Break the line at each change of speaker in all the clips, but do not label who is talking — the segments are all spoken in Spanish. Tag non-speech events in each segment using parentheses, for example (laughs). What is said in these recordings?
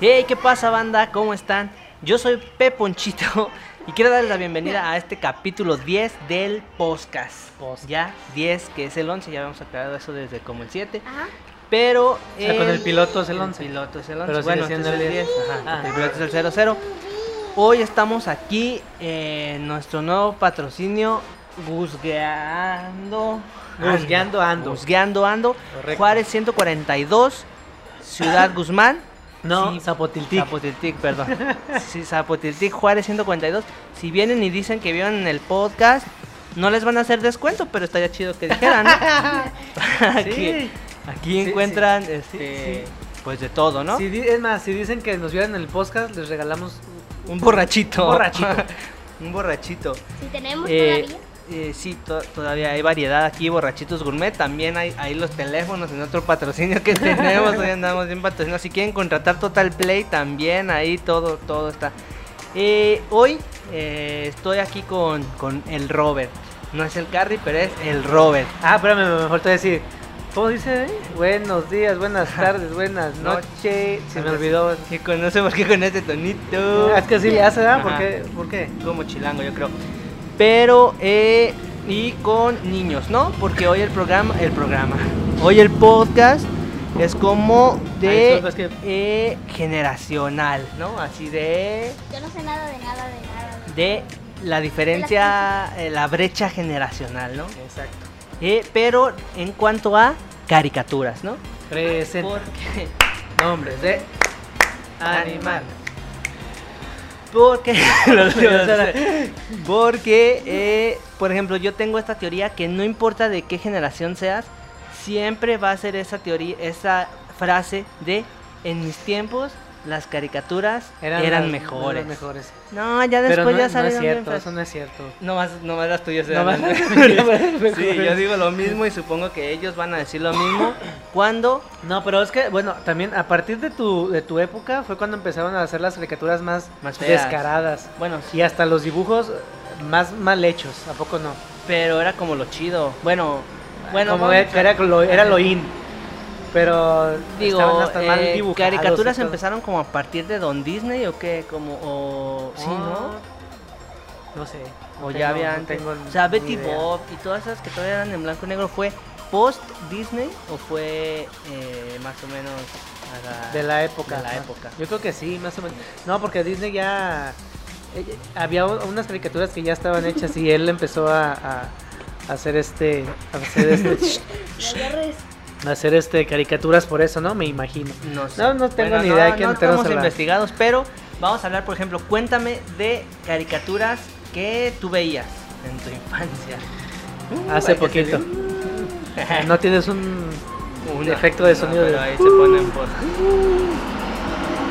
Hey, ¿qué pasa, banda? ¿Cómo están? Yo soy Peponchito (laughs) y quiero darles la bienvenida a este capítulo 10 del podcast.
Podcast.
Ya 10, que es el 11, ya habíamos aclarado eso desde como el 7.
Ajá.
Pero.
sea, con el piloto es el 11.
piloto es el 11.
Pero sigue
bueno,
siendo
este es
el
el 10.
10.
Ajá,
Ah.
El piloto es el 00. Hoy estamos aquí en nuestro nuevo patrocinio, Guzgueando.
Guzgueando Ando.
Guzgueando Ando.
Correcto.
Juárez 142, Ciudad Guzmán.
No,
Sí,
Zapotiltic.
Zapotiltic,
(laughs)
perdón. Sí, Zapotiltic, Juárez 142. Si vienen y dicen que vieron el podcast, no les van a hacer descuento, pero estaría chido que dijeran,
(laughs)
¿no? aquí, aquí
Sí,
encuentran,
sí.
este,
Sí,
pues de todo, ¿no?
Si di- es más, si dicen que nos vieron en el podcast, les regalamos.
Un borrachito.
Un borrachito.
(laughs) Un borrachito.
Si tenemos
Eh,
todavía.
eh, sí, to- todavía hay variedad aquí, borrachitos gourmet. También hay ahí los teléfonos en otro patrocinio
(laughs)
que tenemos. Hoy andamos bien patrocinados. Si quieren contratar Total Play, también ahí todo, todo está. Eh, hoy eh, estoy aquí con, con el Robert. No es el Carry, pero es el Robert.
Ah, espérame, me faltó decir. ¿Cómo dice? Buenos días, buenas tardes, buenas
Noche.
noches. Se me olvidó.
Que conocemos que con este tonito.
Ah, Es que sí le hace, ¿verdad? ¿Por
Ajá.
qué? ¿Por qué?
como chilango, yo creo. Pero, eh, y con niños, ¿no? Porque hoy el programa, el programa, hoy el podcast es como
Ah,
de
disculpa, es que-
eh, generacional, ¿no? Así de,
Yo no sé nada de nada de nada. de-
de la diferencia, eh, la brecha generacional, ¿no?
Exacto.
Eh, pero en cuanto a caricaturas, ¿no?
Presenta
Porque,
nombres de animal.
(laughs) porque, lo- lo-
Pero
Porque, eh, por ejemplo, yo tengo esta teoría que no importa de qué generación seas, siempre va a ser esa teoría, esa frase de en mis tiempos las caricaturas eran,
las-
mejores.
eran mejores.
No, ya después
Pero no,
ya
no es
salieron bien
cierto,
feas.
eso no es cierto.
No más, no más las tuyas
No
eran
más
las
las
mejores.
mías eran
(laughs)
las
Sí, yo
mejores.
digo lo mismo y supongo que ellos van a decir lo (coughs) mismo cuando
No, pero es que, bueno, también a partir de tu, de tu época fue cuando empezaron a hacer las caricaturas más,
Más feas.
descaradas.
bueno, sí,
Y hasta los dibujos más mal hechos, ¿a poco no?
pero era como lo chido. Bueno, bueno,
Como
vamos
era,
a-
era lo,
(laughs)
era lo in. Pero
Digo,
estaban hasta mal
eh,
dibujados
caricaturas
y todo.
empezaron como a partir de Don Disney o qué, como o sí,
Ah,
¿no?
No sé.
O
Oh, no
ya
tengo-
había
no
antes.
tengo
o sea,
ni
Betty
idea.
Bob y todas esas que todavía eran en blanco y negro fue post Disney o fue eh, más o menos a la-
De la época.
de la
ajá.
época.
Yo creo que sí, más o menos. No, porque Disney ya. eh, eh, Había u- unas caricaturas que ya estaban hechas y él empezó a, a- a hacer este. A
(laughs)
hacer este.
de agarres.
a hacer este caricaturas por eso, ¿no? Me imagino.
No, sé.
No, no tengo
Bueno,
ni idea, hay que
no, no
meternos
estamos
a la-
investigados, pero vamos a hablar, por ejemplo, cuéntame de caricaturas que tú veías en tu infancia.
Hace
hay que hacer-
poquito. (laughs) No tienes un.
Un
efecto de sonido
pero
de-
ahí se pone en post.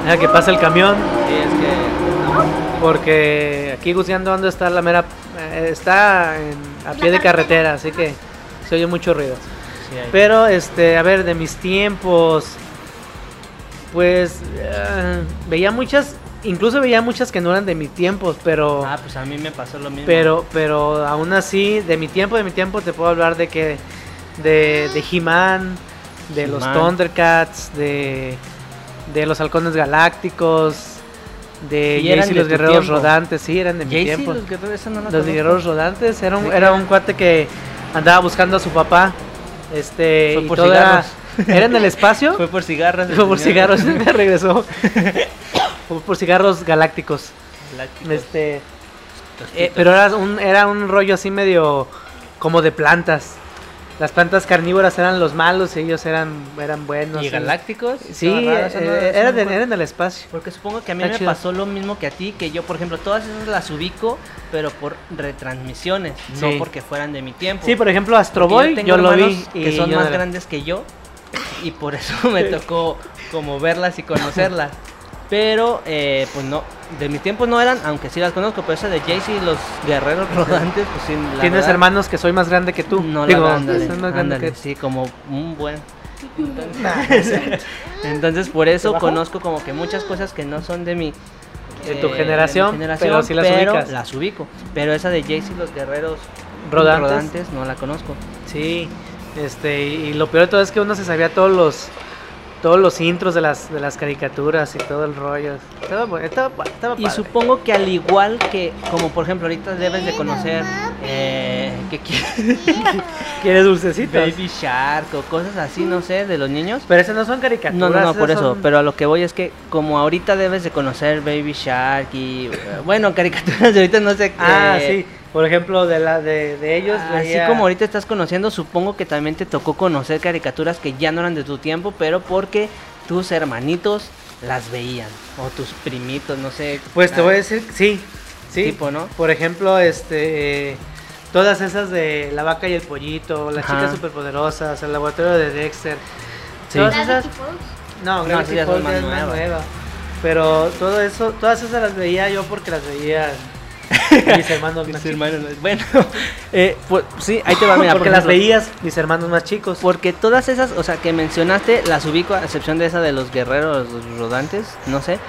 Deja que pasa el camión.
Sí, es que
Porque aquí Guzgando Ando está la mera. eh, Está en- a pie de carretera, así que se oye mucho ruido.
sí hay-
Pero, este, a ver, de mis tiempos, pues eh, veía muchas, incluso veía muchas que no eran de mis tiempos, pero,
Ah, pues a mí me pasó lo mismo.
pero, pero aún así, de mi tiempo, de mi tiempo te puedo hablar de que, de, de He-Man, de los
He-Man.
Thundercats, de, de los Halcones Galácticos, de
Y eran
Jace y
de
los
tu
Guerreros
tiempo.
Rodantes, sí, eran de mi
Jay-Z,
tiempo.
los guerreros, esa no la
Los
conozco.
Guerreros Rodantes era
¿De
un,
qué
era
era?
un cuate que andaba buscando a su papá. Este,
Fue
y
por
todo era,
cigarros.
(laughs) era en el espacio.
Fue
fue,
por cigarros. el
por
señor.
cigarros, (laughs) regresó. fue por cigarros galácticos.
Galácticos.
Este, eh,
Tostitos.
pero era un, era un rollo así medio como de plantas. Las plantas carnívoras eran los malos y ellos eran, eran buenos.
¿Y galácticos?
Sí,
Estaba raro, eso no-
eh,
eso no
era, de-
me
era
acuerdo.
en el espacio.
Porque supongo que a mí
Está
me
chido.
pasó lo mismo que a ti, que yo, por ejemplo, todas esas las ubico, pero por retransmisiones,
Sí.
no porque fueran de mi tiempo.
Sí, por ejemplo, Astro
Porque
Boy, yo,
tengo
lo vi.
hermanos
y
Que son
yo
más
era-
grandes que yo, y por eso
(laughs)
me tocó como verlas y conocerlas. Pero, eh, pues no, de mi tiempo no eran, aunque sí las conozco, pero esa de Jay-Z y los guerreros rodantes, pues sí, la
Tienes
verdad,
hermanos que soy más grande que tú.
No,
Digo,
la verdad, ándale,
soy más grande
ándale,
que
sí, como un buen. Entonces, (laughs) entonces, por eso
bajó?
conozco como que muchas cosas que no son de mi eh,
De tu
mi
generación, pero sí las
pero
ubicas.
las ubico. Pero esa de Jay-Z y los guerreros
Rodantes.
no la conozco.
Sí, este, y y lo peor de todo es que uno se sabía todos los todos los intros de las, de las caricaturas y todo el rollo. Estaba, bu- estaba, pa- estaba
Y
padre.
supongo que al igual que, como por ejemplo, ahorita debes de conocer eh, que
(laughs)
qui-
Quiere dulcecitos.
Baby Shark o cosas así, no sé, de los niños.
Pero esas no son caricaturas.
No, no, no,
esas
por eso.
son-
Pero a lo que voy es que, como ahorita debes de conocer Baby Shark y. eh, Bueno, (laughs) caricaturas de ahorita no sé.
Ah,
eh,
sí. Por ejemplo, de, la, de, de ellos.
Así
veía-
como ahorita estás conociendo, supongo que también te tocó conocer caricaturas que ya no eran de tu tiempo, pero porque tus hermanitos las veían. O tus primitos, no sé.
Pues te
ah,
voy a decir, sí, sí.
Tipo, ¿no?
Por ejemplo, este, eh, todas esas de La Vaca y el Pollito, Las
Ajá.
Chicas Superpoderosas, El Laboratorio de Dexter.
Sí.
Todas esas,
Gravity Falls.
no,
No,
Gravity
esas ya son
Falls
más
ya es más
nuevas.
nueva. Pero todo eso, todas esas las veía yo porque las
(laughs)
veía mis hermanos más
Mis
chicos.
hermanos, bueno, eh, pues, sí, ahí te va, mira. por
porque las
ejemplo,
veías mis hermanos más chicos.
Porque todas esas, o sea, que mencionaste, las ubico, a excepción de esa de los guerreros los rodantes, no sé.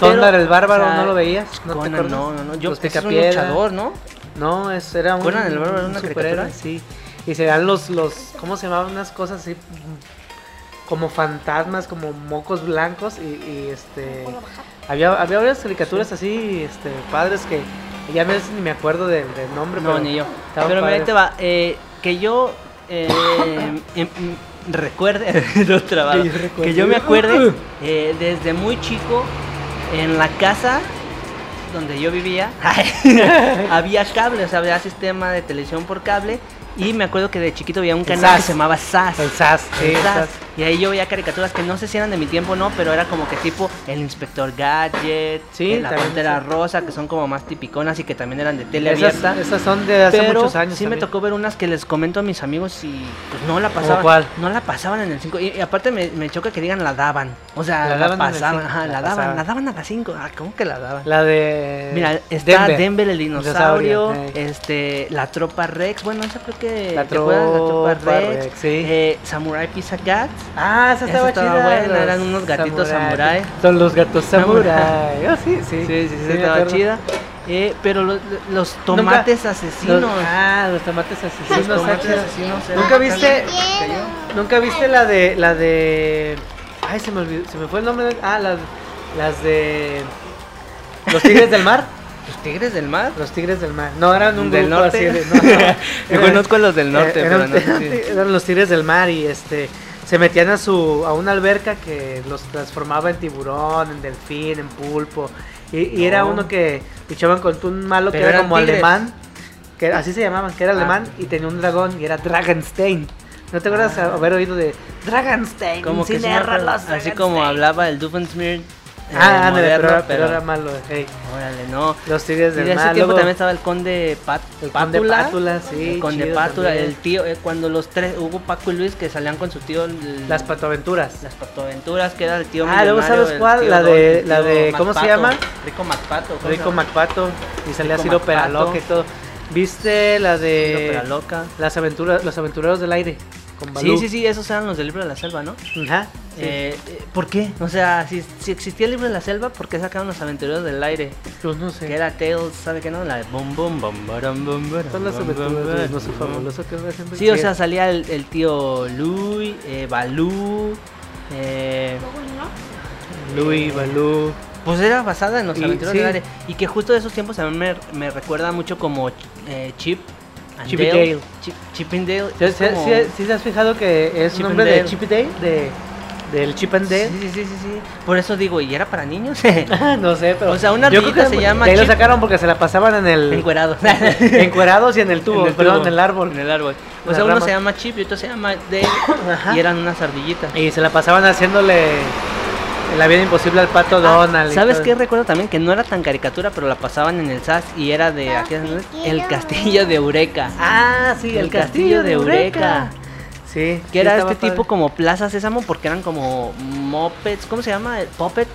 Thundar
pero,
el Bárbaro,
o sea,
¿no lo veías? ¿No
Conan,
te acuerdas?
no, no, no. Yo
Los
ese es un
Picapiedra.
luchador, ¿no?
No, es, era un.
Conan el Bárbaro era
un
una
superhéroe,
caricatura.
Sí. Y serán los, los. ¿Cómo se llamaban? Unas cosas así. mm, Como fantasmas, como mocos blancos. Y, y, este.
Puedo bajar.
Había, había varias caricaturas así, este, padres que. Ya me, ni me acuerdo de- del nombre,
No,
pero
ni yo.
estaban
Pero mira, ahí
padres.
te va. eh, que yo eh, em- em- recuerde, (laughs) no, trabado.
Que yo recuerde.
que yo me acuerde eh, desde muy chico en la casa donde yo vivía (laughs) había cable, o sea, había sistema de televisión por cable. Y me acuerdo que de chiquito había un canal que
Zas.
se llamaba SAS.
El SAS, sí, el SAS.
Y ahí yo veía caricaturas que no sé si eran de mi tiempo o no, pero era como que tipo el inspector Gadget,
Sí,
la
también,
Pantera
sí.
rosa, que son como más tipiconas y que también eran de tele
Esas,
abierta.
esas son de hace
pero
muchos años.
sí me
también.
tocó ver unas que les comento a mis amigos y pues no la pasaban.
cuál?
No la pasaban en el 5. Y, y aparte me, me choca que digan la daban. O sea,
La
la,
daban en el
pasaban.
cinco,
ajá,
la
la, daban,
pasaban.
la daban a las 5. Ah, ¿cómo que la daban?
La de.
Mira, está Denver, el
dinosaurio,
dinosaurio,
eh.
este, la tropa Rex, bueno, esa creo que
La
¿te acuerdas? La
Tropa Rex, sí.
eh, Samurai Pizza Gat,
Ah, esa
Esa
estaba,
estaba
chida.
buena,
los
eran unos gatitos samurái.
Son los gatos
Samurái.
samurái. Ah, sí, sí.
sí, sí, sí,
me
estaba
acuerdo.
chida, eh, pero lo- lo- los tomates asesinos,
Los- ah, los tomates
los
asesinos.
tomates
Sánchez.
asesinos, eran-
¿Nunca viste,
Quiero.
nunca viste la de, la de, ay, se me olvidó, se me fue el nombre, de- ah, las, las de, los tigres
(laughs)
del mar,
los tigres del mar,
los tigres del mar, no, eran un
del
grupo
norte, (laughs)
así de- no, no,
yo
eran-
conozco los del norte,
eh,
pero
eran, (laughs)
no,
eran
sí.
ti- eran los tigres del mar y este se metían a su a una alberca que los transformaba en tiburón, en delfín, en pulpo y, y era
No.
uno que luchaban contra un malo que
Pero
era
eran
como
tigres.
alemán, que era- así se llamaban, que era
Ah.
alemán y tenía un dragón y era Dragonstein. ¿No te acuerdas
Ah.
haber oído de Dragonstein?
como que
sin
sí me
error,
acuerdo,
los
así como
Dragonstein"?
hablaba el Doofenshmirtz, eh,
Ah, ándale, pero,
moderno,
era- pero era malo. hey.
órale, no,
Los tigres
y de
del
ese
mar.
tiempo
luego
también estaba el conde Pat-
el conde
Pátula.
Pátula, sí.
El Conde
chido
Pátula,
también.
el tío, eh, cuando los tres, hubo Paco y Luis que salían con su tío. el-
Las patoaventuras.
las patoaventuras, que era el tío.
Ah, luego
millonario,
¿sabes
el
cuál?
tío
La
Don,
de-
el
la
tío
de- ¿cómo se
MacPato,
llama?
Rico MacPato. ¿cómo se
Rico
llama?
Macpato y salía
Rico
Ciro
Macpato.
Peraloca y todo. ¿Viste la
Rico
de
Peraloca.
las aventuras, los aventureros del aire? Con
Sí,
Balú.
sí, sí, esos eran los del libro de la selva, ¿no?
Ajá. sí.
Eh, eh, ¿Por qué? O sea, si, si existía el libro de la selva, ¿por qué sacaron los aventureros del aire?
Pues no sé.
Que era Tails, ¿sabe qué no? La de bum bum bum baram, bum baram,
Son las
bum,
aventuras
bum,
del no sé,
bum, bum.
fabuloso que es siempre-
Sí, o sea, salía el, el tío Louis, eh, Balú, eh,
Luego, ¿no?
Louis, Balú.
Pues era basada en los
Y-
aventureros
sí.
del aire. Y que justo de esos tiempos a mí me, me recuerda mucho como eh, Chip. and
Chip y
Dale.
Dale.
Chip, Chip and Dale.
¿Sí,
es
sí,
como-
sí- sí te has fijado que es
Chip
nombre
and
de
Dale.
Chip and Dale? De, del Chip and Dale.
Sí, sí, sí, sí, sí. Por eso digo, ¿y era para niños?
(laughs)
(laughs)
no sé, pero.
O sea, una ardillita se llama
De ahí lo
Chip-
sacaron porque se la pasaban en el.
Encuerado.
(laughs) encuerados y en el tubo,
En el
perdón,
tubo,
en el árbol.
En el árbol. O
La
sea, uno
rama.
se llama Chip y otro se llama Dale.
Ajá.
Y eran unas ardillitas.
Y se la pasaban haciéndole la vida imposible al pato Donald. y
Ah, ¿Sabes
todo.
qué? Recuerdo también que no era tan caricatura, pero la pasaban en el SAS y era de aquí, el castillo de Eureka.
Ah, sí, el, castillo, de Eureka. Sí.
Que
sí
era
estaba
este
padre.
tipo como Plaza Sésamo porque eran como mopeds, ¿cómo se llama? Puppets.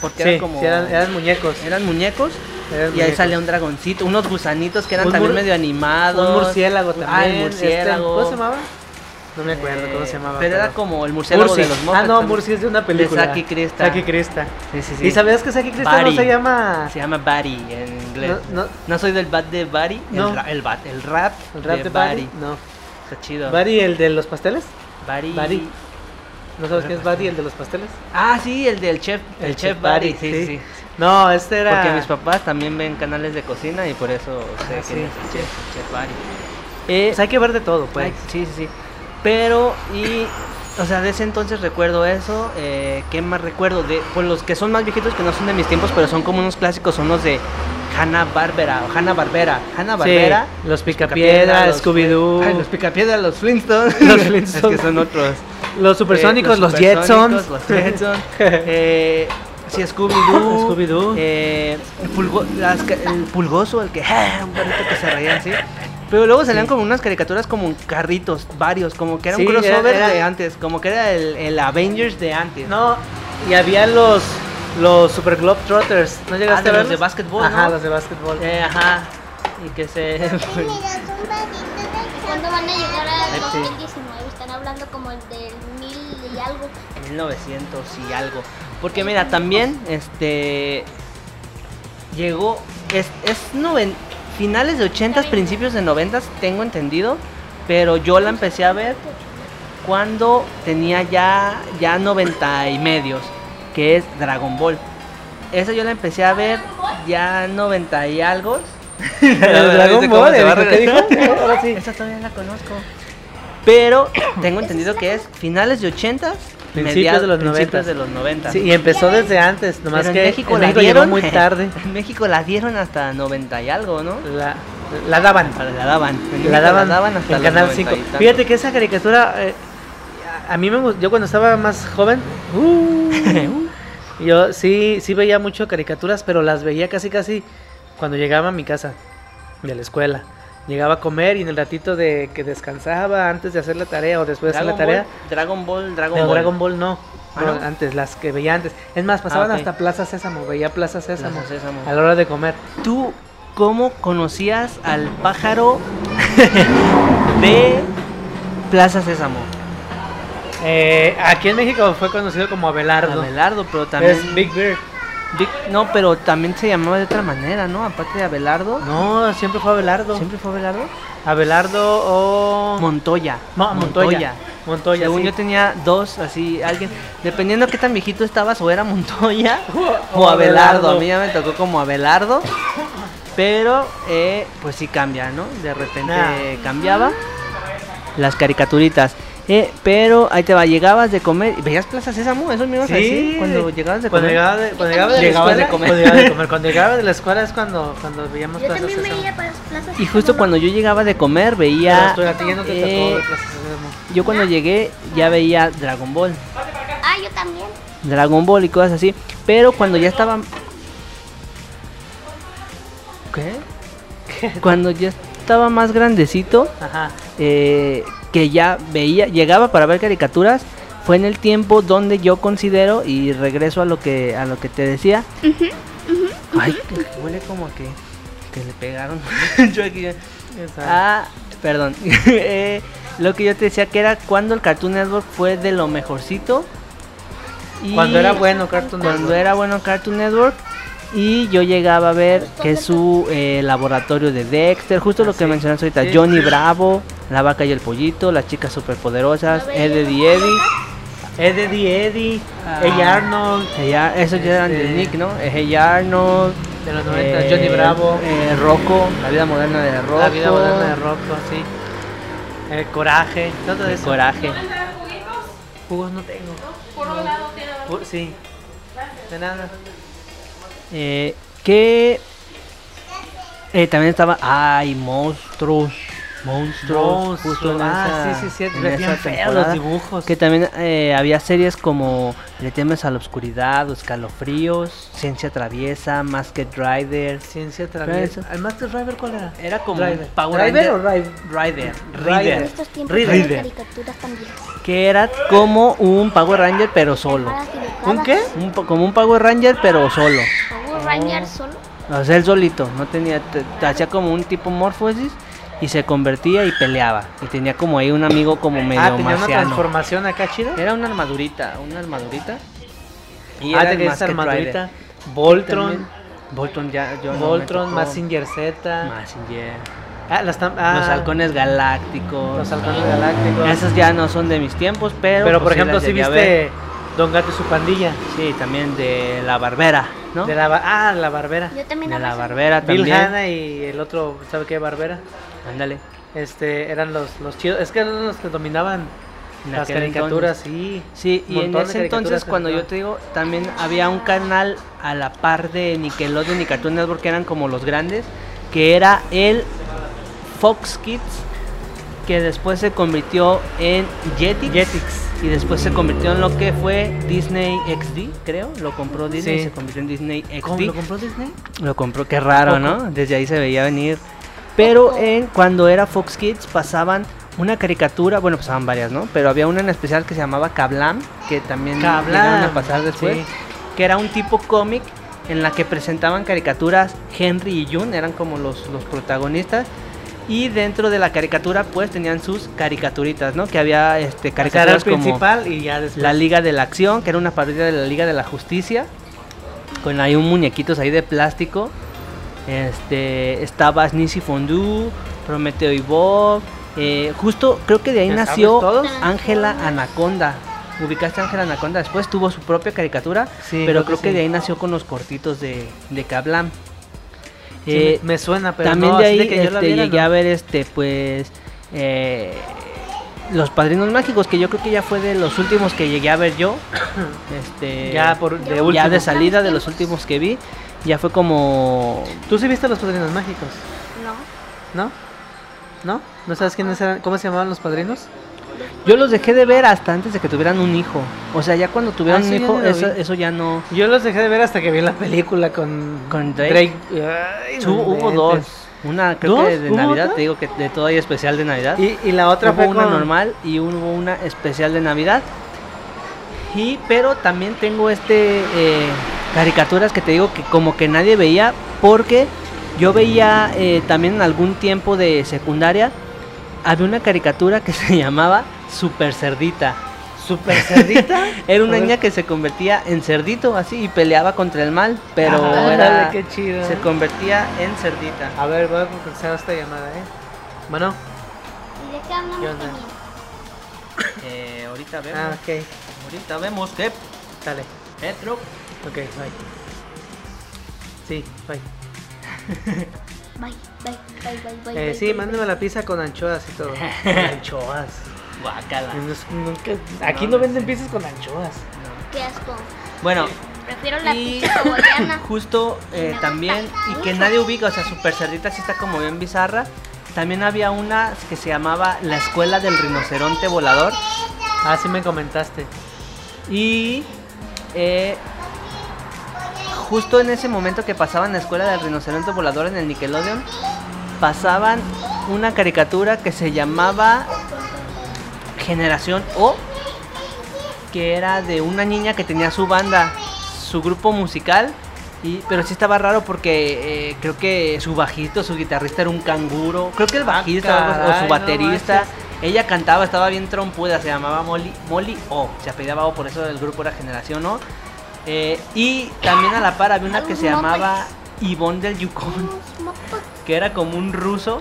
Porque
Sí,
eran como
sí, eran, eran muñecos.
eran muñecos
eran
y ahí
muñecos.
salía un dragoncito, unos gusanitos que eran
Un
también
mur-
medio animados.
Un murciélago también.
Ah, el
este,
murciélago.
¿Cómo se llamaba? No me
Eh,
acuerdo cómo se llamaba.
Pero, era como el murciélago
Murci.
de los mopeds.
Ah, no,
también.
Murci es de una película.
Saki Crista.
Saki Crista.
Sí, sí, sí.
¿Y sabías que Saki Crista no
Bari.
se llama?
Se llama Barry en inglés.
No, no.
soy del bat de Barry, el
No.
ra- el, bat, el rap,
¿El rap de, Bari? No.
Está chido.
¿Bari el de los pasteles?
Barry.
Barry. ¿No sabes quién es Buddy, el de los pasteles?
Ah, sí, el del chef, el, chef Buddy, sí, sí,
No, este era.
Porque mis papás también ven canales de cocina y por eso sé
Ah,
quién
sí.
es el chef, chef Buddy.
Pues hay que ver de todo, pues.
Ay, sí, sí, sí. Pero, y, o sea, de ese entonces recuerdo eso. eh, ¿Qué más recuerdo? De, pues los que son más viejitos, que no son de mis tiempos, pero son como unos clásicos, son los de Hanna Barbera o Hanna Barbera. Hanna Barbera.
Sí, los Picapiedra, Scooby-Doo,
Los picapiedra, los Flintstones.
Los Flintstones.
(laughs) es que son otros.
los supersónicos,
Eh,
los,
supersónicos,
Jetsons.
Los Jetsons. eh, sí, Scooby-Doo.
Scooby-Doo.
eh, el, pulgo- las ca- el pulgoso, el que. (laughs) Un perrito que se reía así. Pero luego salían como unas caricaturas como carritos, varios, como que era un
Sí, era-
crossover
era-
de antes, como que era el, el Avengers de antes.
(laughs) no, y había los los Super Globetrotters. ¿No llegaste
Ah, de
a ver?
los de básquetbol,
Ajá,
¿no?
los de básquetbol.
Eh, ajá. Y que se.
(laughs)
pues,
¿Cuándo van a llegar al
Pepsi.
2019? Están hablando como el del mil y algo.
1900 y algo. Porque mira, también este llegó es, es noven- finales de 80s, principios de 90s, tengo entendido, pero yo la empecé a ver cuando tenía ya ya 90 y medios, que es Dragon Ball. Esa yo la empecé a ver ya 90 y algo.
(laughs) El Dragon
¿Cómo
Ball,
se va a
¿el que dijo?
regresar? (laughs)
Ahora sí.
Esa todavía la conozco. Pero tengo entendido que es finales de 80s,
Principios
mediados-
de los
principios
90s.
de los 90.
Sí, y empezó desde antes, nomás
Pero
que
en México
en
la
México llegó
dieron (laughs) ¿eh?
muy tarde.
En México la dieron hasta 90 y algo, ¿no?
La, la daban.
Ahora La daban. En México
La daban,
hasta
en
los
Canal
90 y
5.
tantos.
Fíjate que esa caricatura, eh, a a mí me gustó, yo cuando estaba más joven,
(laughs)
uh, yo sí, sí veía mucho caricaturas, pero las veía casi casi cuando llegaba a mi casa, de la escuela. Llegaba a comer y en el ratito de que descansaba antes de hacer la tarea o después de hacer
Dragon
la tarea,
Ball, Dragon Ball,
no,
Dragon
Dragon,
Ball.
Ball. no,
Ah,
no,
¿no? Ah,
antes, las que veía antes. Es más, pasaban
ok.
hasta Plaza Sésamo, veía Plaza Sésamo,
Plaza Sésamo.
a la hora de comer.
¿Tú cómo conocías al pájaro (laughs) de Plaza Sésamo?
Eh, aquí en México fue conocido como Abelardo.
Abelardo, pero también...
Es Big Bird.
Vic- no, pero también se llamaba de otra manera, ¿no? Aparte de Abelardo.
No, siempre fue Abelardo.
¿Siempre fue Abelardo?
Abelardo o
Montoya.
Mo- Montoya. Montoya,
Según
sí.
yo tenía dos, así, alguien. Dependiendo qué tan viejito estabas, o era
(laughs)
Montoya o, Abelardo.
o Abelardo.
A mí ya me tocó como Abelardo. Pero, eh, pues sí cambia, ¿no? De repente
Nah.
eh, cambiaba las caricaturitas. Eh, pero ahí te va, llegabas de comer. ¿Veías Plaza Sésamo? Eso me ibas a decir. Cuando llegabas de
cuando
comer.
Llegaba de, cuando llegaba de la
Llegabas
escuela-
de comer.
Cuando llegaba
(laughs)
de comer. Cuando llegaba de la escuela es cuando, cuando veíamos
Yo
Plaza
también me
Sésamo.
iba para las plazas.
Y justo cuando yo llegaba de comer,
Pero
veía.
tú, a ti ya no te tocó
eh,
ver Plaza Sésamo.
yo cuando llegué, ya veía Dragon Ball.
Ah, yo también.
Dragon Ball y cosas así. Pero cuando ya estaba. ¿Qué?
(laughs)
Cuando ya estaba más grandecito,
Ajá.
eh, que ya veía, llegaba para ver caricaturas, fue en el tiempo donde yo considero, y regreso a lo que, a lo que te decía. Ay, que huele como que,
(laughs)
que le pegaron. Yo aquí ya-
Esa.
Ah, perdón. (laughs) Eh, lo que yo te decía que era cuando el Cartoon Network fue de lo mejorcito. y-
cuando era bueno Cartoon
cuando
Network.
era bueno Cartoon Network y yo llegaba a ver que su eh, laboratorio de Dexter, justo lo que mencionaste ahorita,
Ah, Sí.
Johnny Bravo, La Vaca y el Pollito, Las Chicas Superpoderosas,
¿No
Ed, Ed
veías?
y Eddie,
Ed, Eddie, Eddie,
Ah.
Hey Arnold,
Hey Ar- esos Eh, ya eran
Este.
del Nick, ¿no? Eh, Hey Arnold,
de los 90,
eh,
Johnny Bravo,
eh, Rocco, La Vida Moderna de Rocco,
La vida moderna de Rocco, sí. El coraje, todo
El
eso.
Coraje.
Jugos no tengo. Pu- sí. De nada.
Eh, que eh, también estaba, ay, monstruos. Monstruos, justo en
ah,
esa-
sí, sí, sí,
en
bien
esa
feos
temporada.
los dibujos.
Que también eh, había series como Le temes a la oscuridad, Los calofríos, Ciencia traviesa, Masked Rider.
Ciencia traviesa.
Eso.
¿El Master Driver cuál era? Ah,
Era como
Driver.
un Power
¿Driver
Ranger-
o Rive?
Rider,
Rider.
En
Rider,
estos tiempos
Reader.
las
Reader.
caricaturas también.
que era como un Power Ranger pero solo.
¿Un qué?
Un po- como un Power Ranger pero solo.
Power Ranger solo.
O sea, él solito, no tenía te- te hacía como un tipo morfosis y se convertía y peleaba y tenía como ahí un amigo como medio
ah, tenía una
marciano.
transformación acá chida.
Era una armadurita, una armadurita. Y
ah,
era el
tenía esa
Masked Rider.
armadurita. Voltron,
También. Voltron ya yo no me
Voltron,
tocó.
Massinger Z.
Mazinger.
Ah, las tam- ah,
Los halcones galácticos.
Los halcones galácticos.
Esos ya no son de mis tiempos, pero.
pero, por
pues, sí
ejemplo,
las
si
llegué a
viste Don Gato y su pandilla.
ver. Sí, también de La Barbera, ¿no?
De la, ba- ah, la barbera.
Yo
De
también
La
abrazo.
Barbera
Bill
también.
Hanna y el otro, ¿sabe qué? Barbera.
Ándale.
Este, eran los, los chidos. Es que eran los que dominaban
en
las
aquel
caricaturas,
entonces.
sí.
Sí, y en
Montón de
ese entonces,
caricaturas
cuando yo
animadas.
te digo, también había un canal a la par de Nickelodeon y Cartoon Network, que eran como los grandes, que era el Fox Kids, que después se convirtió en Jetix.
Jetix.
Y después se convirtió en lo que fue Disney XD, creo. Lo compró Disney y
Sí.
se convirtió en Disney XD.
¿Cómo lo compró Disney?
Lo compró, qué raro,
Poco.
¿no? Desde ahí se veía venir. Pero
Poco.
en, cuando era Fox Kids pasaban una caricatura, bueno, pasaban varias, ¿no? Pero había una en especial que se llamaba Kablam, que también
Kablam,
llegaron a pasar después,
sí.
que era un tipo cómic en la que presentaban caricaturas Henry y June, eran como los, los protagonistas. Y dentro de la caricatura, pues tenían sus caricaturitas, ¿no? Que había este,
O sea, era el
caricaturas como
principal y ya después.
la Liga de la Acción, que era una parodia de la Liga de la Justicia, con ahí un muñequitos ahí de plástico. Este, estaba Sneezy Fondue, Prometeo y Bob. eh, justo creo que de ahí
¿Ya sabes
nació
todos?
Ángela Anaconda. Ubicaste a Ángela Anaconda, después tuvo su propia caricatura,
Sí,
pero creo que,
sí.
de ahí nació con los cortitos de, de Kablam.
Sí,
Eh,
me, me suena, pero
también
no,
de
así
ahí
que yo la
este,
viera,
llegué
no.
a ver este pues eh, los padrinos mágicos que yo creo que ya fue de los últimos que llegué a ver
(coughs)
yo este
Ya por-
de
ya
último.
de salida de los últimos que vi ya fue como
¿Tú sí viste los padrinos mágicos?
No.
¿No? ¿No? ¿No sabes quiénes
Ah.
eran? ¿Cómo se llamaban los padrinos?
yo los dejé de ver hasta antes de que tuvieran un hijo o sea ya cuando tuvieron
Ah,
un
sí, ya
hijo
no lo
eso,
vi.
eso ya no
Yo los dejé de ver hasta que vi la película con,
Con Drake.
Ay, no
Su- hubo
inventes.
dos una creo
¿Dos?
que de
¿Hubo
navidad
otra?
te digo que de todo hay especial de navidad
Y, y la otra
hubo
fue
una
con-
normal y un- hubo una especial de Navidad. Y pero también tengo este eh, caricaturas que te digo que como que nadie veía porque yo veía eh, también en algún tiempo de secundaria había una caricatura que (laughs) se llamaba Super Cerdita.
Super
(laughs)
cerdita.
Era una
Joder.
niña que se convertía en cerdito así y peleaba contra el mal, pero
Ah,
era-
dale, qué chido.
se convertía en cerdita.
A ver, voy a contestar esta llamada, ¿eh? Bueno,
¿Y de qué hablamos
¿Qué onda?
también?
Eh, ahorita vemos,
ah, ok.
ahorita vemos que
Dale.
Petro
Ok, bye. Sí, bye.
Bye, bye, bye, bye, bye.
Eh,
bye,
sí,
bye,
mándame la pizza con anchoas y (laughs) todo. anchoas.
guácala.
aquí no, venden pizzas con anchoas.
bye. Qué asco.
Bueno,
Prefiero la
Y-
pizza hawaiana.
justo eh, también, y que nadie ubica, o sea, Super Cerdita sí está como bien bizarra. También había una que se llamaba La Escuela del Rinoceronte Volador.
Ah, sí me comentaste.
Y eh, justo en ese momento que pasaban La Escuela del Rinoceronte Volador en el Nickelodeon, pasaban una caricatura que se llamaba Generación O, que era de una niña que tenía su banda, su grupo musical. Y, pero sí estaba raro porque eh, creo que su bajito, su guitarrista era un canguro. Creo que el
Ah,
bajista o algo así, o
caray,
su
no
baterista.
manches.
ella cantaba, estaba bien trompuda, se llamaba Molly, Molly O. Se apellidaba O, por eso el grupo era Generación O. Eh, y también a la par había una que se llamaba
pues.
Yvonne del Yukon
Unos mocos.
que era como un ruso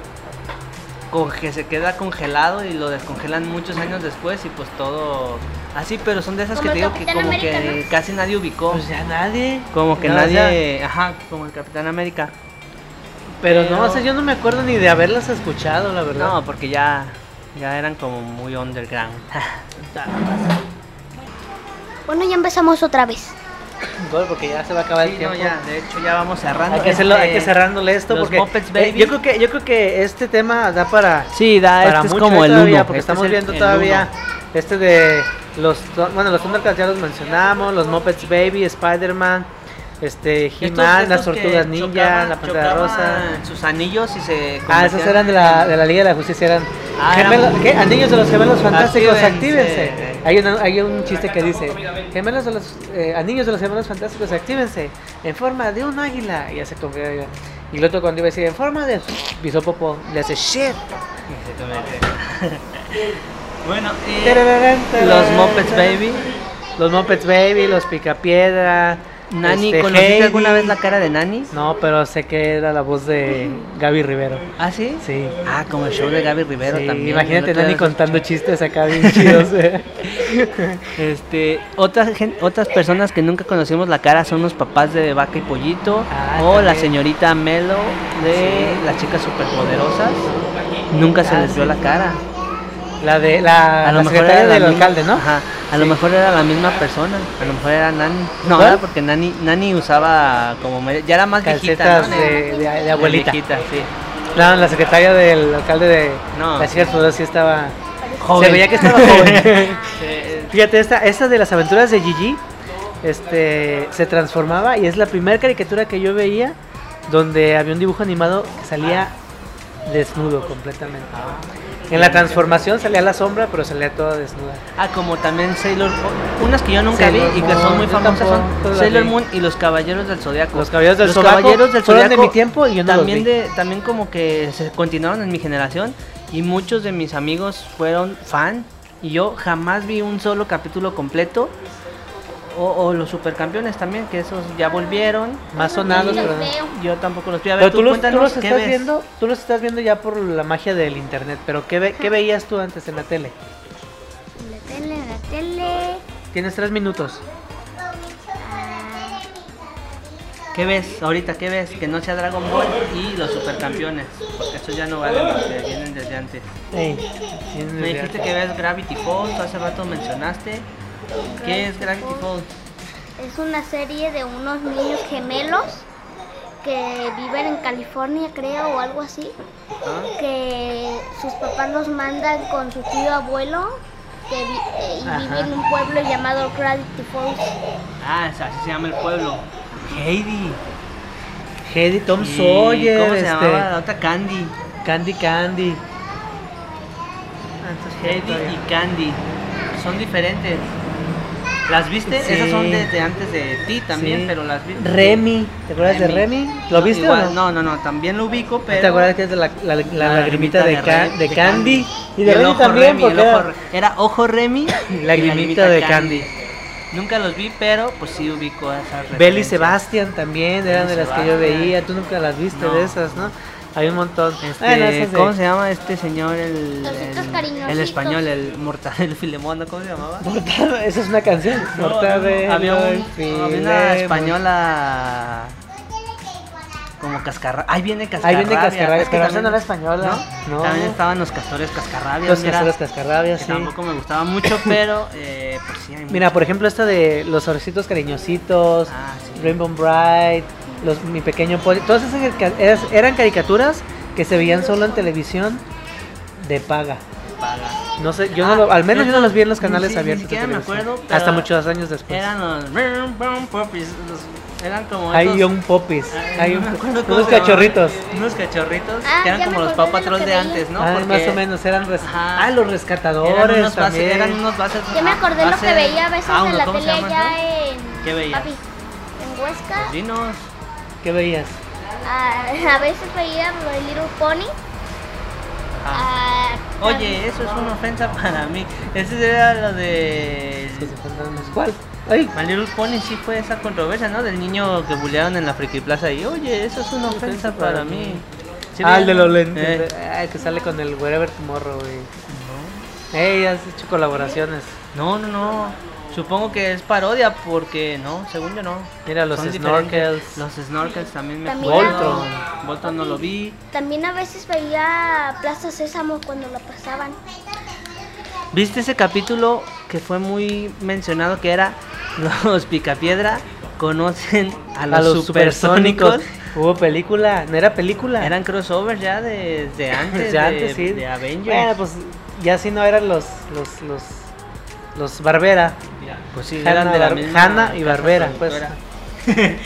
con- que se queda congelado y lo descongelan muchos años después y pues todo así, pero son de esas
Como
que te
el
digo que
Capitán
como que
América,
casi nadie ubicó.
Pues ya nadie.
como que
No, o
nadie, ajá, como el Capitán América.
Pero
Pero-
no, o sea, yo no me acuerdo ni de haberlas escuchado, la verdad.
No, porque ya ya eran como muy
(laughs)
underground.
(laughs) Bueno, ya empezamos otra vez.
Gol, porque ya se va a acabar el
Sí, no,
tiempo.
ya, de hecho ya vamos cerrando.
Hay que, hacerlo- hay
este-
que cerrándole esto
los
porque
Muppets
eh,
Baby.
yo creo que yo creo que este tema da para
Sí, da,
para
este es
mucho
como el
todavía,
uno,
porque
este es
estamos
el-
viendo
el
todavía
uno.
este de los bueno los Thundercats ya los mencionamos los Muppets Baby Spider-Man este He-Man
Estos-
las
estos que
tortugas ninja
chocaban-
la pantera rosa
chocaban Sus anillos y se
ah esas
convertían
eran de la,
en-
de la Liga de la Justicia eran
Ah, eran-
gemelos ¿qué? anillos de los gemelos fantásticos
Actívense.
actívense, Hay, una- hay un chiste que dice gemelos de los eh, anillos de los gemelos fantásticos actívense en forma de un águila y ya se convierte y el otro cuando iba a decir en forma de bisopopo le hace shit
(laughs) bueno, eh,
Tarararán, tararán,
los Muppets
tararán.
Baby.
Los Muppets Baby, los Picapiedra,
Nani,
Este,
¿conociste alguna
Heidi.
vez la cara de Nani?
No, pero sé que era la voz de Gaby Rivero.
¿Ah, sí?
Sí.
Ah, como el show de Gaby Rivero
Sí,
también.
Imagínate
el otro día
Nani
lo
contando chistes acá bien chidos.
(laughs)
eh.
Este, otras gen- otras personas que nunca conocimos la cara son los papás de Vaca y Pollito
Ah,
o la
también.
señorita Melo de las chicas superpoderosas. Nunca se
Ah,
les vio
sí.
la cara.
La de la, la secretaria
era
del
la misma-
alcalde, ¿no?
Ajá, a lo
Sí.
mejor era la misma persona, a lo mejor era Nani. No,
¿Cuál?
era porque Nani Nani usaba como mere- ya era más viejita,
Calcetas
¿no?
de, de- de
De
abuelita.
viejita, sí.
Claro, la secretaria del alcalde de
No.
las chicas Flores sí estaba.
Joven.
Se veía que (laughs) estaba joven.
Sí.
Fíjate, esta, esta de las aventuras de Gigi este, se transformaba y es la primera caricatura que yo veía donde había un dibujo animado que salía desnudo completamente. En la transformación salía la sombra, pero salía toda desnuda.
Ah, como también Sailor Moon. Unas que yo nunca
Sailor
vi y que son
Moon,
muy
yo
famosas
tampoco
son
las
Sailor
vi.
Moon y los Caballeros del Zodiaco.
Los Caballeros del
Los
Zodiaco
Caballeros del
fueron de
Zodiaco
mi tiempo y yo no los
también
vi.
de también como que se continuaron en mi generación y muchos de mis amigos fueron fan y yo jamás vi un solo capítulo completo. O, o los supercampeones también, que esos ya volvieron.
Más sonados,
Los
pero...
veo.
Yo tampoco los vi. A ver,
Pero tú los, tú
cuéntanos
los
qué
estás
ves.
viendo, tú los estás viendo ya por la magia del internet, pero ¿qué, ve- qué veías tú antes en la tele?
La tele, la tele.
Tienes tres minutos.
Ah,
¿Qué ves ahorita? ¿Qué ves? Que no sea Dragon Ball y los supercampeones. Porque eso ya no valen, porque vienen desde antes.
Ey,
Me dijiste que ves Gravity Falls, hace rato mencionaste. ¿Qué es Gravity Falls?
Es una serie de unos niños gemelos que viven en California, creo, o algo así.
¿Ah?
que sus papás los mandan con su tío abuelo que vi- eh, y
Ajá.
vive en un pueblo llamado Gravity Falls.
Ah, es- así se llama el pueblo. Heidi.
Heidi Tom
Y-
Sawyer,
¿Cómo se
este,
llamaba la otra? Candy.
Candy Candy. Ah,
Heidi y Candy. Son diferentes. ¿Las viste?
Sí.
Esas son desde antes de ti también,
Sí.
pero las viste.
Remy, ¿te acuerdas de Remy? ¿Lo viste
Igual,
o no?
No, no, no, también lo ubico, pero.
¿Te acuerdas que es de la, la, la
Ah, la
lagrimita de, Ca-
Re-
de Candy? Y de
el
Remy
ojo
también,
Remy, el
porque
ojo
era-
Re- era ojo
(laughs)
Remy y
Lagrimita de Candy.
Nunca los vi, pero pues sí ubico a esas
Belle y
referencias.
Sebastian también eran
Belle
de
y
las que yo
Sebastian.
veía. Tú nunca las viste
No.
de esas, ¿no? Hay un montón.
Este,
Bueno, esas de-
¿Cómo se llama este señor? El,
Ositos
el- el,
cariñositos.
español, el Mortadelo Filemono, ¿cómo se llamaba?
Mortadela, esa es una canción.
No, no,
Mortadela
había, un-
y
había una
Filemón.
española como cascarra. Ahí viene
Ahí
cascarrabia.
viene Cascarrabias,
Es que
pero esa
también-
no era española.
¿no? También estaban los castores cascarrabias.
Los
mira,
caseros Cascarrabias,
que
sí.
tampoco me gustaba mucho,
(laughs)
pero eh, pues sí hay
Mira,
mucho.
por ejemplo, esta de los orecitos cariñositos,
Ah, sí.
Rainbow Bright, los, Mi Pequeño Poli, todas esas carica- eras- eran caricaturas que se veían solo en televisión de paga.
Paga.
No sé, yo no
Ah,
lo- al menos
yo
yo no los vi en los
ni
canales
si- ni
abiertos. de
siquiera me
televisión.
acuerdo, pero
Hasta muchos años después.
Eran los... Brum, brum, popis, los- Eran como
Hay
estos-
un popis,
Ay,
hay
no
un-
me acuerdo cómo
unos
se llamaban.
cachorritos.
Unos cachorritos
Ah,
que eran
ya
como
me
los
acordé
Paw
de
Patrol
lo
de
que veía.
antes, ¿no?
Ay, más
Porque
o menos, eran res-
Ajá.
ah, los
Eran
rescatadores
unos bases,
también.
eran unos bases.
Yo me acordé lo que
bases-
veía a veces
Ah,
en la
¿cómo
tele
se llaman, no?
allá en
¿Qué veías?
papi, en Huesca.
Los dinos.
¿Qué veías?
Ah, (laughs) a veces veía lo de Little Pony.
Ah.
Ah,
Oye, eso es una ofensa para mí. Ese era lo de...
Los fantasmas. ¿Cuál? Ay,
My Little Pony sí fue esa controversia, ¿no? Del niño que bullearon en la friki plaza y oye, eso es una ofensa para mí. ¿Sí
ah, el de
veían?
los lentes.
Eh,
Ah, el que sale con el Wherever Tomorrow, güey.
no.
Ey, has hecho colaboraciones.
No, no, no. Supongo que es parodia porque no, según yo no.
Mira, los
Son
snorkels.
diferentes. Los snorkels también me
También
acuerdo.
Voltron.
Voltron no lo vi.
También a veces veía Plaza Sésamo cuando la pasaban.
¿Viste ese capítulo que fue muy mencionado que era los picapiedra conocen a los, supersónicos?
Hubo película, no era película.
Eran crossovers ya desde (laughs) antes,
Ya
de,
antes, sí.
de Avengers.
Bueno, pues ya si no eran los los los los Barbera.
pues sí,
Hanna,
eran de la
Bar-
misma
Hanna y
casa
Barbera, pues.
productora.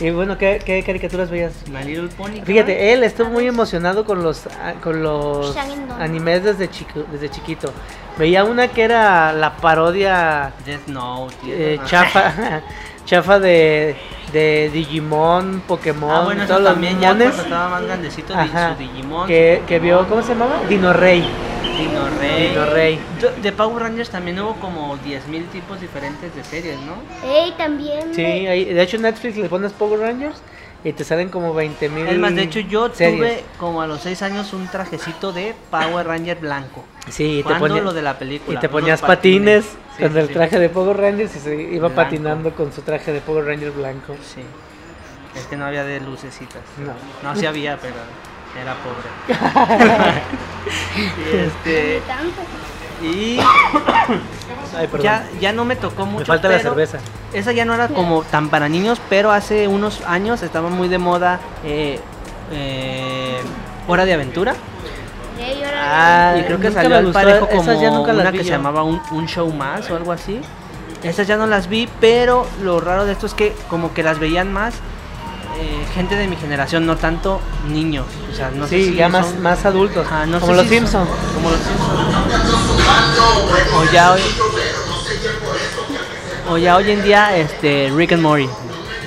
Y bueno, ¿qué, qué caricaturas veías?
My Little Pony. ¿qué más?
Fíjate, él estuvo muy emocionado con los ah, con los
Shining Dawn.
animes desde chico, desde chiquito. Veía una que era la parodia
Death Note. y
eh,
demás.
chafa (laughs) chafa de, de Digimon, Pokémon,
Ah, bueno, eso
todos los
también ya cuando
mones.
estaba más grandecito de
Ajá,
su Digimon.
que,
su
que
Pokémon.
vio, ¿cómo se llamaba? Dino Rey.
Dino Rey.
Dino Rey.
Do- De Power Rangers también hubo como 10.000 tipos diferentes de series, ¿no?
Ey, también.
Sí,
de-
ahí, de hecho en Netflix le pones Power Rangers y te salen como 20 mil.
Es más, de hecho yo tuve como a los 6 años un trajecito de Power Ranger blanco.
Sí, y te,
Cuando
ponía-
lo de la película.
y te
unos
ponías patines,
Sí,
con
sí,
el
sí.
traje de Power Rangers y se iba
Blanco.
patinando con su traje de Power Ranger blanco.
Sí. Es que no había de lucecitas.
No.
No, sí había, pero era pobre.
(laughs)
y este,
Tanto.
y
Ay, perdón.
ya, ya no me tocó mucho.
Me falta la
pero
cerveza.
Esa ya no era como tan para niños, pero hace unos años estaba muy de moda eh, eh, Hora de Aventura.
Ey, ahora-
Ah, y creo que
nunca
salió
me
al
gustó,
parejo
esas
como
ya nunca las
una
vi
que se
yo.
llamaba un, Un show más o algo así. Esas ya no las vi, pero lo raro de esto es que como que las veían más eh, gente de mi generación, no tanto niños. O sea, no
sí,
sé si
ya
son-
más, más adultos.
Ajá, no
como
sé
los
si son-
Simpsons.
Como los Simpsons. O ya hoy, o ya hoy en día este Rick and Morty.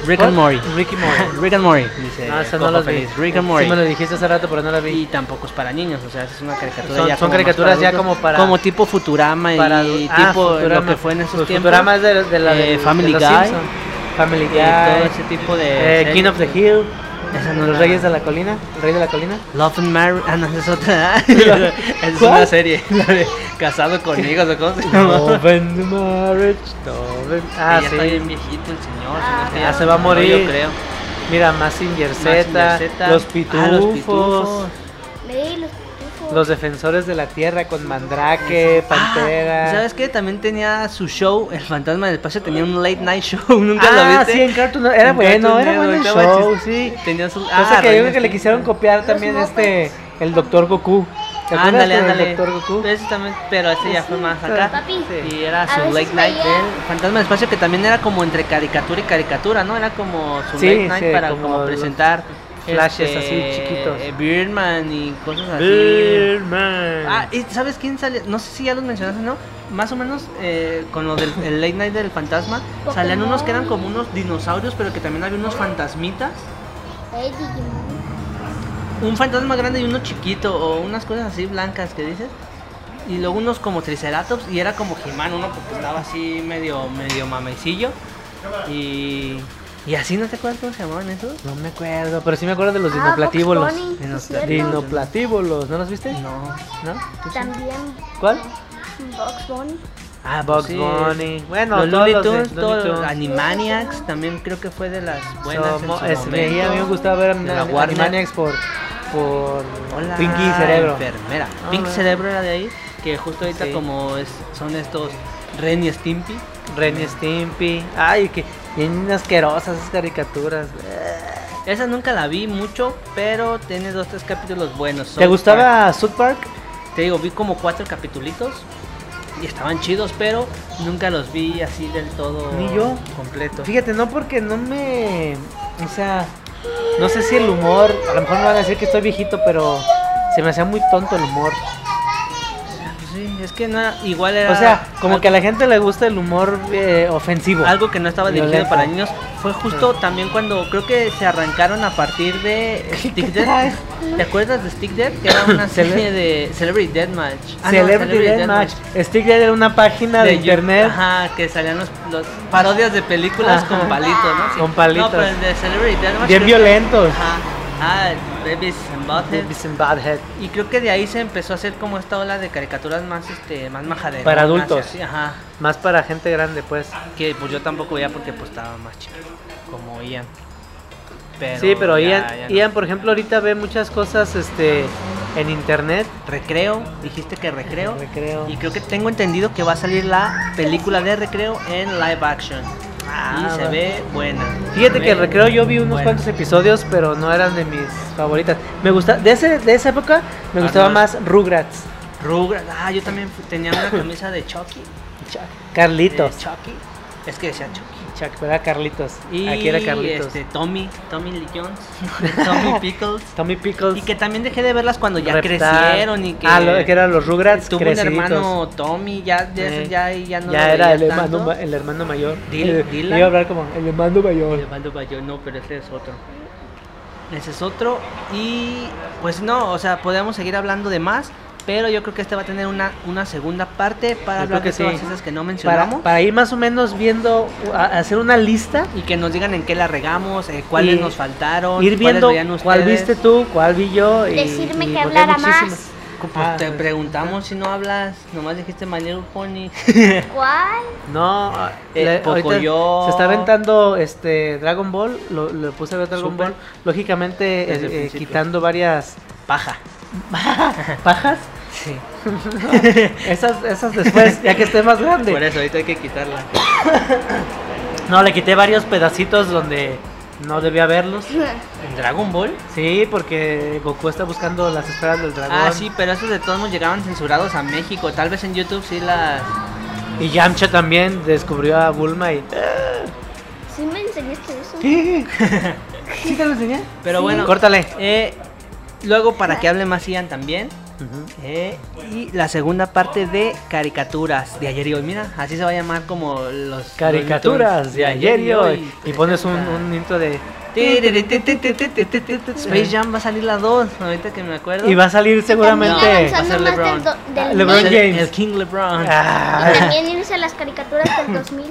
Rick and
¿Cuál?
Morty. (laughs)
Rick and Morty.
Rick and Morty, dice.
No, eso Ah, no
Cojo
las vi.
Feliz. Rick and Morty.
Sí me lo dijiste hace rato, pero no la
Y
vi.
tampoco es para niños, o sea, es una caricatura
Son-
ya
son
como más
caricaturas
para
ya
adultos,
como para-
como tipo Futurama y
Para-
tipo
ah,
lo
Futurama.
que fue en esos
Pues
tiempos.
Futurama es de, de la
Eh,
de, de
Family
los
Guy.
Simpson. Family
y
Guy.
todo ese tipo de
eh, King of the Hill.
Esa no
los
la-
Reyes de la Colina. El Rey de la Colina.
Love and Marriage, ah no, esa es otra.
(laughs) ¿Cuál?
Esa es una serie, (laughs) la de Casado con hijos o cómo se llama.
(laughs) Love and marriage, love and- Ah,
Y ya está bien
sí.
viejito el señor.
Ah,
si no es que
ya
ya
se va a
murió,
morir.
Yo creo.
Mira, Massinger
Mazinger
Z,
Z.
los
Ah,
pitufos,
los
los
pitufos.
Ey, los pitufos.
defensores de la tierra con Mandrake, Pantera.
Ah, ¿Sabes qué? También tenía su show, El Fantasma del Espacio, tenía un late night
(laughs)
show. Nunca lo
Ah,
viste.
sí, en Cartoon Network, Era
En
bueno,
Cartoon
era bueno el
Network, estaba
show,
chis- Ah,
sí.
Tenía su.
Pasa que yo
Reina
creo que le
Espíritu.
quisieron copiar
Los
también este,
Muppets.
el Doctor Goku. ¿Te acuerdas
Ándale,
del
ándale.
Doctor Goku.
Ese también, pero ese ya fue más acá.
Papi.
Y era
A
su
veces
late night
veía-
del Fantasma del Espacio, que también era como entre caricatura y caricatura, ¿no? Era como su
Sí,
late night
sí,
para
como
como,
los
presentar.
flashes así chiquitos.
eh, Birdman y cosas así. Ah, ¿y ¿sabes quién sale? No sé si ya los mencionaste, ¿no? Más o menos eh, con lo del el late night del fantasma, salían unos que eran como unos dinosaurios, pero que también había unos fantasmitas.
Ey, Digimon.
Un fantasma grande y uno chiquito, o unas cosas así blancas que dices. Y luego unos como triceratops, y era como He-Man, uno porque estaba así medio, medio mamecillo. Y, y así, ¿no te acuerdas cómo se llamaban esos?
No me acuerdo, pero sí me acuerdo de los
Ah,
dinoplatívolos.
Bugs Bunny, sí,
Dinoplatívolos.
cierto.
Dinoplatívolos, ¿no los viste?
No.
¿No?
También.
¿Cuál?
Box Bunny.
Ah,
Bugs
sí.
Bunny. Bueno,
los
todos
Looney
los de-
Tunes,
Looney
todos los
Tunes.
Animaniacs, también creo que fue de las buenas. en
Somos-
su
es- me-
momento.
a mí me gustaba ver
De la
Anim-
Warner.
Animaniacs por, por
Hola,
Pinky y Cerebro.
Enfermera.
Ah,
Pinky
bueno.
Cerebro era de ahí, que justo ahorita
Sí.
como es, son estos Ren y Stimpy.
Ren y Stimpy. Ay, que bien asquerosas esas caricaturas.
Esa nunca la vi mucho, pero tiene dos, tres capítulos buenos.
¿Te
South Park.
gustaba South Park?
Te digo, vi como cuatro capitulitos y estaban chidos, pero nunca los vi así del todo
Ni yo.
completo.
Fíjate, no porque no me... O sea, no sé si el humor... A lo mejor me van a decir que estoy viejito, pero se me hacía muy tonto el humor.
Pues Sí, es que no era- igual era
O sea, como
al-
que a la gente le gusta el humor eh, ofensivo.
algo que no estaba dirigido
Violento.
para niños. Fue justo también cuando creo que se arrancaron a partir de Stick Dead.
traes?
¿Te acuerdas de Stick Dead? Que era una
Cele-
serie de Celebrity Deathmatch. Ah, no,
Celebrity Deathmatch. Stick Dead era una página de,
de
internet.
YouTube, Ajá, que salían los, los parodias de películas
Ajá.
con palitos, ¿no?
Con palitos.
No, pero el de Celebrity Deathmatch. creo
Bien
que-
violentos.
Ajá. Ah, Babies and Butthead.
Babies and Butthead.
Y creo que de ahí se empezó a hacer como esta ola de caricaturas más, este, más majaderas.
Para
más
adultos.
así, ajá.
Más para gente grande, pues.
Que pues yo tampoco veía porque pues estaba más chico, como Ian. Pero
sí, pero
ya-
Ian,
ya no.
Ian, por ejemplo, ahorita ve muchas cosas este, en internet.
Recreo, dijiste que recreo.
Recreo.
Y creo que tengo entendido que va a salir la película de recreo en live action.
Ah,
y se
va.
ve buena.
Fíjate
Se
que el
ve
recreo yo vi unos
buena.
cuantos episodios, pero no eran de mis favoritas. Me gusta, de, ese, de esa época me gustaba
Arnold.
más Rugrats,
Rugrats. Ah, yo también fu- tenía una camisa de Chucky. de
Carlitos.
Chucky. Es que decía Chucky.
Chuck, pero era Carlitos.
Y
Aquí era Carlitos.
Este, Tommy, Tommy Lee (laughs) Jones, Tommy Pickles.
Tommy Pickles.
Y que también dejé de verlas cuando ya
Reptar.
crecieron y que...
Ah, lo, que eran los Rugrats
Tuvo
creciditos.
un hermano Tommy, ya, ya,
Eh,
ya, ya no
ya
lo
era
veía
el hermano,
tanto.
ma- el hermano mayor.
Dil-
Eh,
Dylan.
Iba a hablar como el hermano mayor.
Levaldo Bayo, no, pero ese es otro. Este Ese es otro. Y pues no, o sea, podemos seguir hablando de más. Pero yo creo que este va a tener una, una segunda parte para
Yo
hablar
creo que
de todas
sí.
esas que no
Para,
mencionamos.
para ir más o menos viendo, a- hacer una lista,
Y que nos digan en qué la regamos, eh, cuáles
Y
nos faltaron,
ir viendo
cuáles veían
cuál
ustedes.
viste tú, cuál vi yo. Y,
Decirme
y
que
porque hay
hablara
muchísimas.
más.
Pues
Ah,
te
pues,
preguntamos si no hablas, nomás dijiste My Little
(laughs)
Pony.
¿Cuál?
No,
Eh,
le- ahorita
Pocoyo.
se está aventando este Dragon Ball, lo, lo puse a ver Dragon
Super.
Ball, lógicamente
Desde
eh,
el
eh,
principio.
quitando varias
Paja.
pajas,
Sí.
(laughs) esas, esas después, ya que esté más grande.
Por eso ahorita hay que quitarla.
No, le quité varios pedacitos donde no debía verlos.
¿En Dragon Ball?
Sí, porque Goku está buscando las esferas del dragón.
Ah, sí, pero esos de todos modos llegaban censurados a México. Tal vez en YouTube sí las.
Y Yamcha también descubrió a Bulma
(laughs)
y...
Sí me enseñaste eso.
Sí, sí te lo enseñé.
Pero bueno.
Córtale.
Eh, luego para que hable más Ian también. eh, y la segunda parte de caricaturas de ayer y hoy. Mira, así se va a llamar como los.
Caricaturas
los-
de ayer y hoy. Y pones un,
presenta.
un intro de...
Space Jam va a salir la 2, ahorita que me acuerdo.
Y va a salir seguramente...
va a ser
Avanzando más
LeBron.
del, do-
Ah,
del
LeBron
el,
1000.
James.
el King LeBron
Ah,
Y también irse a las caricaturas del 2000.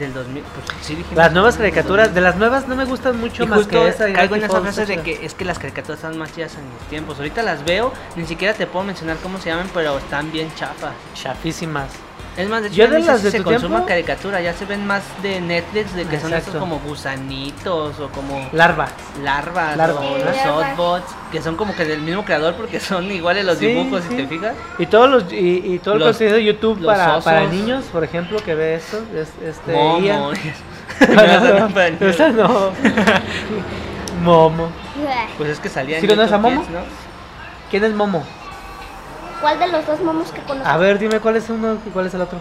del 2000. Pues, sí, dijimos
las nuevas
2000.
caricaturas, de las nuevas no me gustan mucho
Y
más
justo
que esa. de
caigo en
Gravity
esa
Falls,
frase de
esa.
que es que las caricaturas están más chidas en mis tiempos. Ahorita las veo, ni siquiera te puedo mencionar cómo se llaman, pero están bien chafas.
Chafísimas.
Es más, de hecho,
Yo
ya
de
ni
las
sé
de
si se
tu
consuman
tiempo-
caricaturas, ya se ven más de Netflix, de que son esos
Exacto.
como gusanitos o como
Larva.
larvas
Larvas.
o
Sí,
unas
larvas.
Oddbots, que son como que del mismo creador porque son (laughs) iguales los
Sí,
dibujos,
sí.
si te fijas.
Y todos los y, y todo el
Los-
contenido de YouTube
los
para, para
osos.
niños, por ejemplo, que ve esto, es, este
Momo. (laughs)
(laughs) Ian.
No, para niños.
(laughs)
(laughs)
Esa no. Momo.
Pues es que salía
¿Sí
en
conoces a
YouTube
Momo?
Kids, ¿no?
¿Quién es Momo?
(laughs) ¿Cuál de los dos momos que conoces?
A ver, dime cuál es uno y cuál es el otro.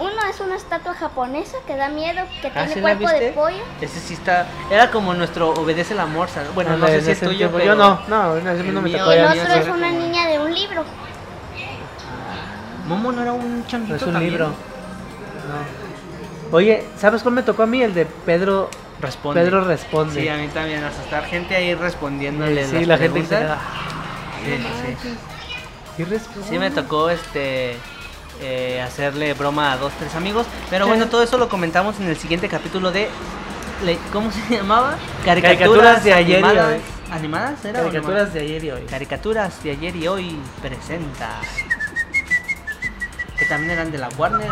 Uno es una estatua japonesa que da miedo, que
Ah,
tiene
¿sí la
cuerpo de
viste?
pollo.
Ese sí está. Era como nuestro obedece la morsa. ¿no? Bueno, no
Ándale,
sé si es
ese
tuyo,
tiempo.
pero.
Yo no, no, no, ese
El
no me
mío-
tocó
Y el
ya.
Oye,
otro
sí,
es una
como-
niña de un libro.
Momo no era un chambito.
No es un
también?
libro. No. Oye, ¿sabes cuál me tocó a mí? El de Pedro
Responde.
Pedro responde.
Sí, a mí también. Asustar gente ahí respondiéndole.
Sí,
las
la gente que se
preguntas.
queda,
Sí, sí, sí.
Ah,
"Sí responde".
Sí, me tocó este. eh, hacerle broma a dos, tres amigos. Pero bueno, todo eso lo comentamos en el siguiente capítulo de. le- ¿Cómo se (laughs) llamaba?
Caricaturas de ayer y hoy.
animadas. ¿Animadas? ¿Era o no?
Caricaturas de ayer y hoy.
Caricaturas de ayer y hoy presenta. Que también eran de la Warner.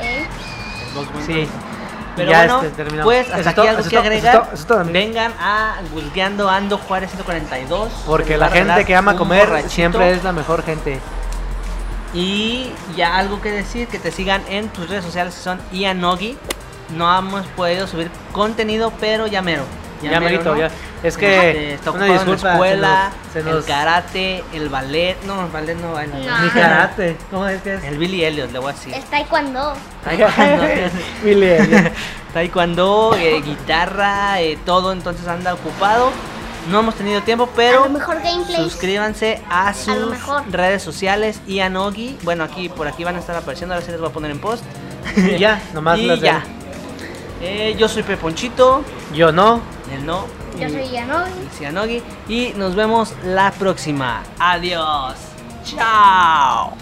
¿eh?
Xbox Windows.
Sí.
Pero
Ya,
bueno,
este, terminamos.
pues
Eso
hasta
es
aquí
todo,
algo
eso es
que
todo, eso es
agregar.
todo, eso es todo, amigo.
Vengan a Gulgueando Ando Juárez 142.
Porque
Se
la
les va a
gente
regalar
que ama
un
comer
borrachito.
siempre es la mejor gente.
Y ya algo que decir, que te sigan en tus redes sociales que son Ianogi. No hemos podido subir contenido, pero ya mero.
Ya, merito,
¿no?
ya. Es
Este,
que
está ocupado
una
en la
disculpa,
escuela,
se nos,
el karate, el ballet. No, el ballet no baila.
No.
ni (laughs) karate. ¿Cómo es
(laughs)
que es?
El Billy Elliot, le voy a decir.
Es taekwondo.
(laughs)
Taekwondo. (laughs)
Billy Elliot.
Taekwondo, eh, guitarra, eh, todo, entonces anda ocupado. No hemos tenido tiempo,
a
pero
lo mejor gameplays.
suscríbanse a sus
lo mejor.
redes sociales y a Nogi. Bueno, aquí por aquí van a estar apareciendo, ahora sí les voy a poner en post.
Y
(laughs)
ya, nomás
y
las de-
ya. Eh, yo soy Peponchito,
Yo no.
el no,
Yo soy Yanobi.
y Nogi y nos vemos la próxima. Adiós. Chao.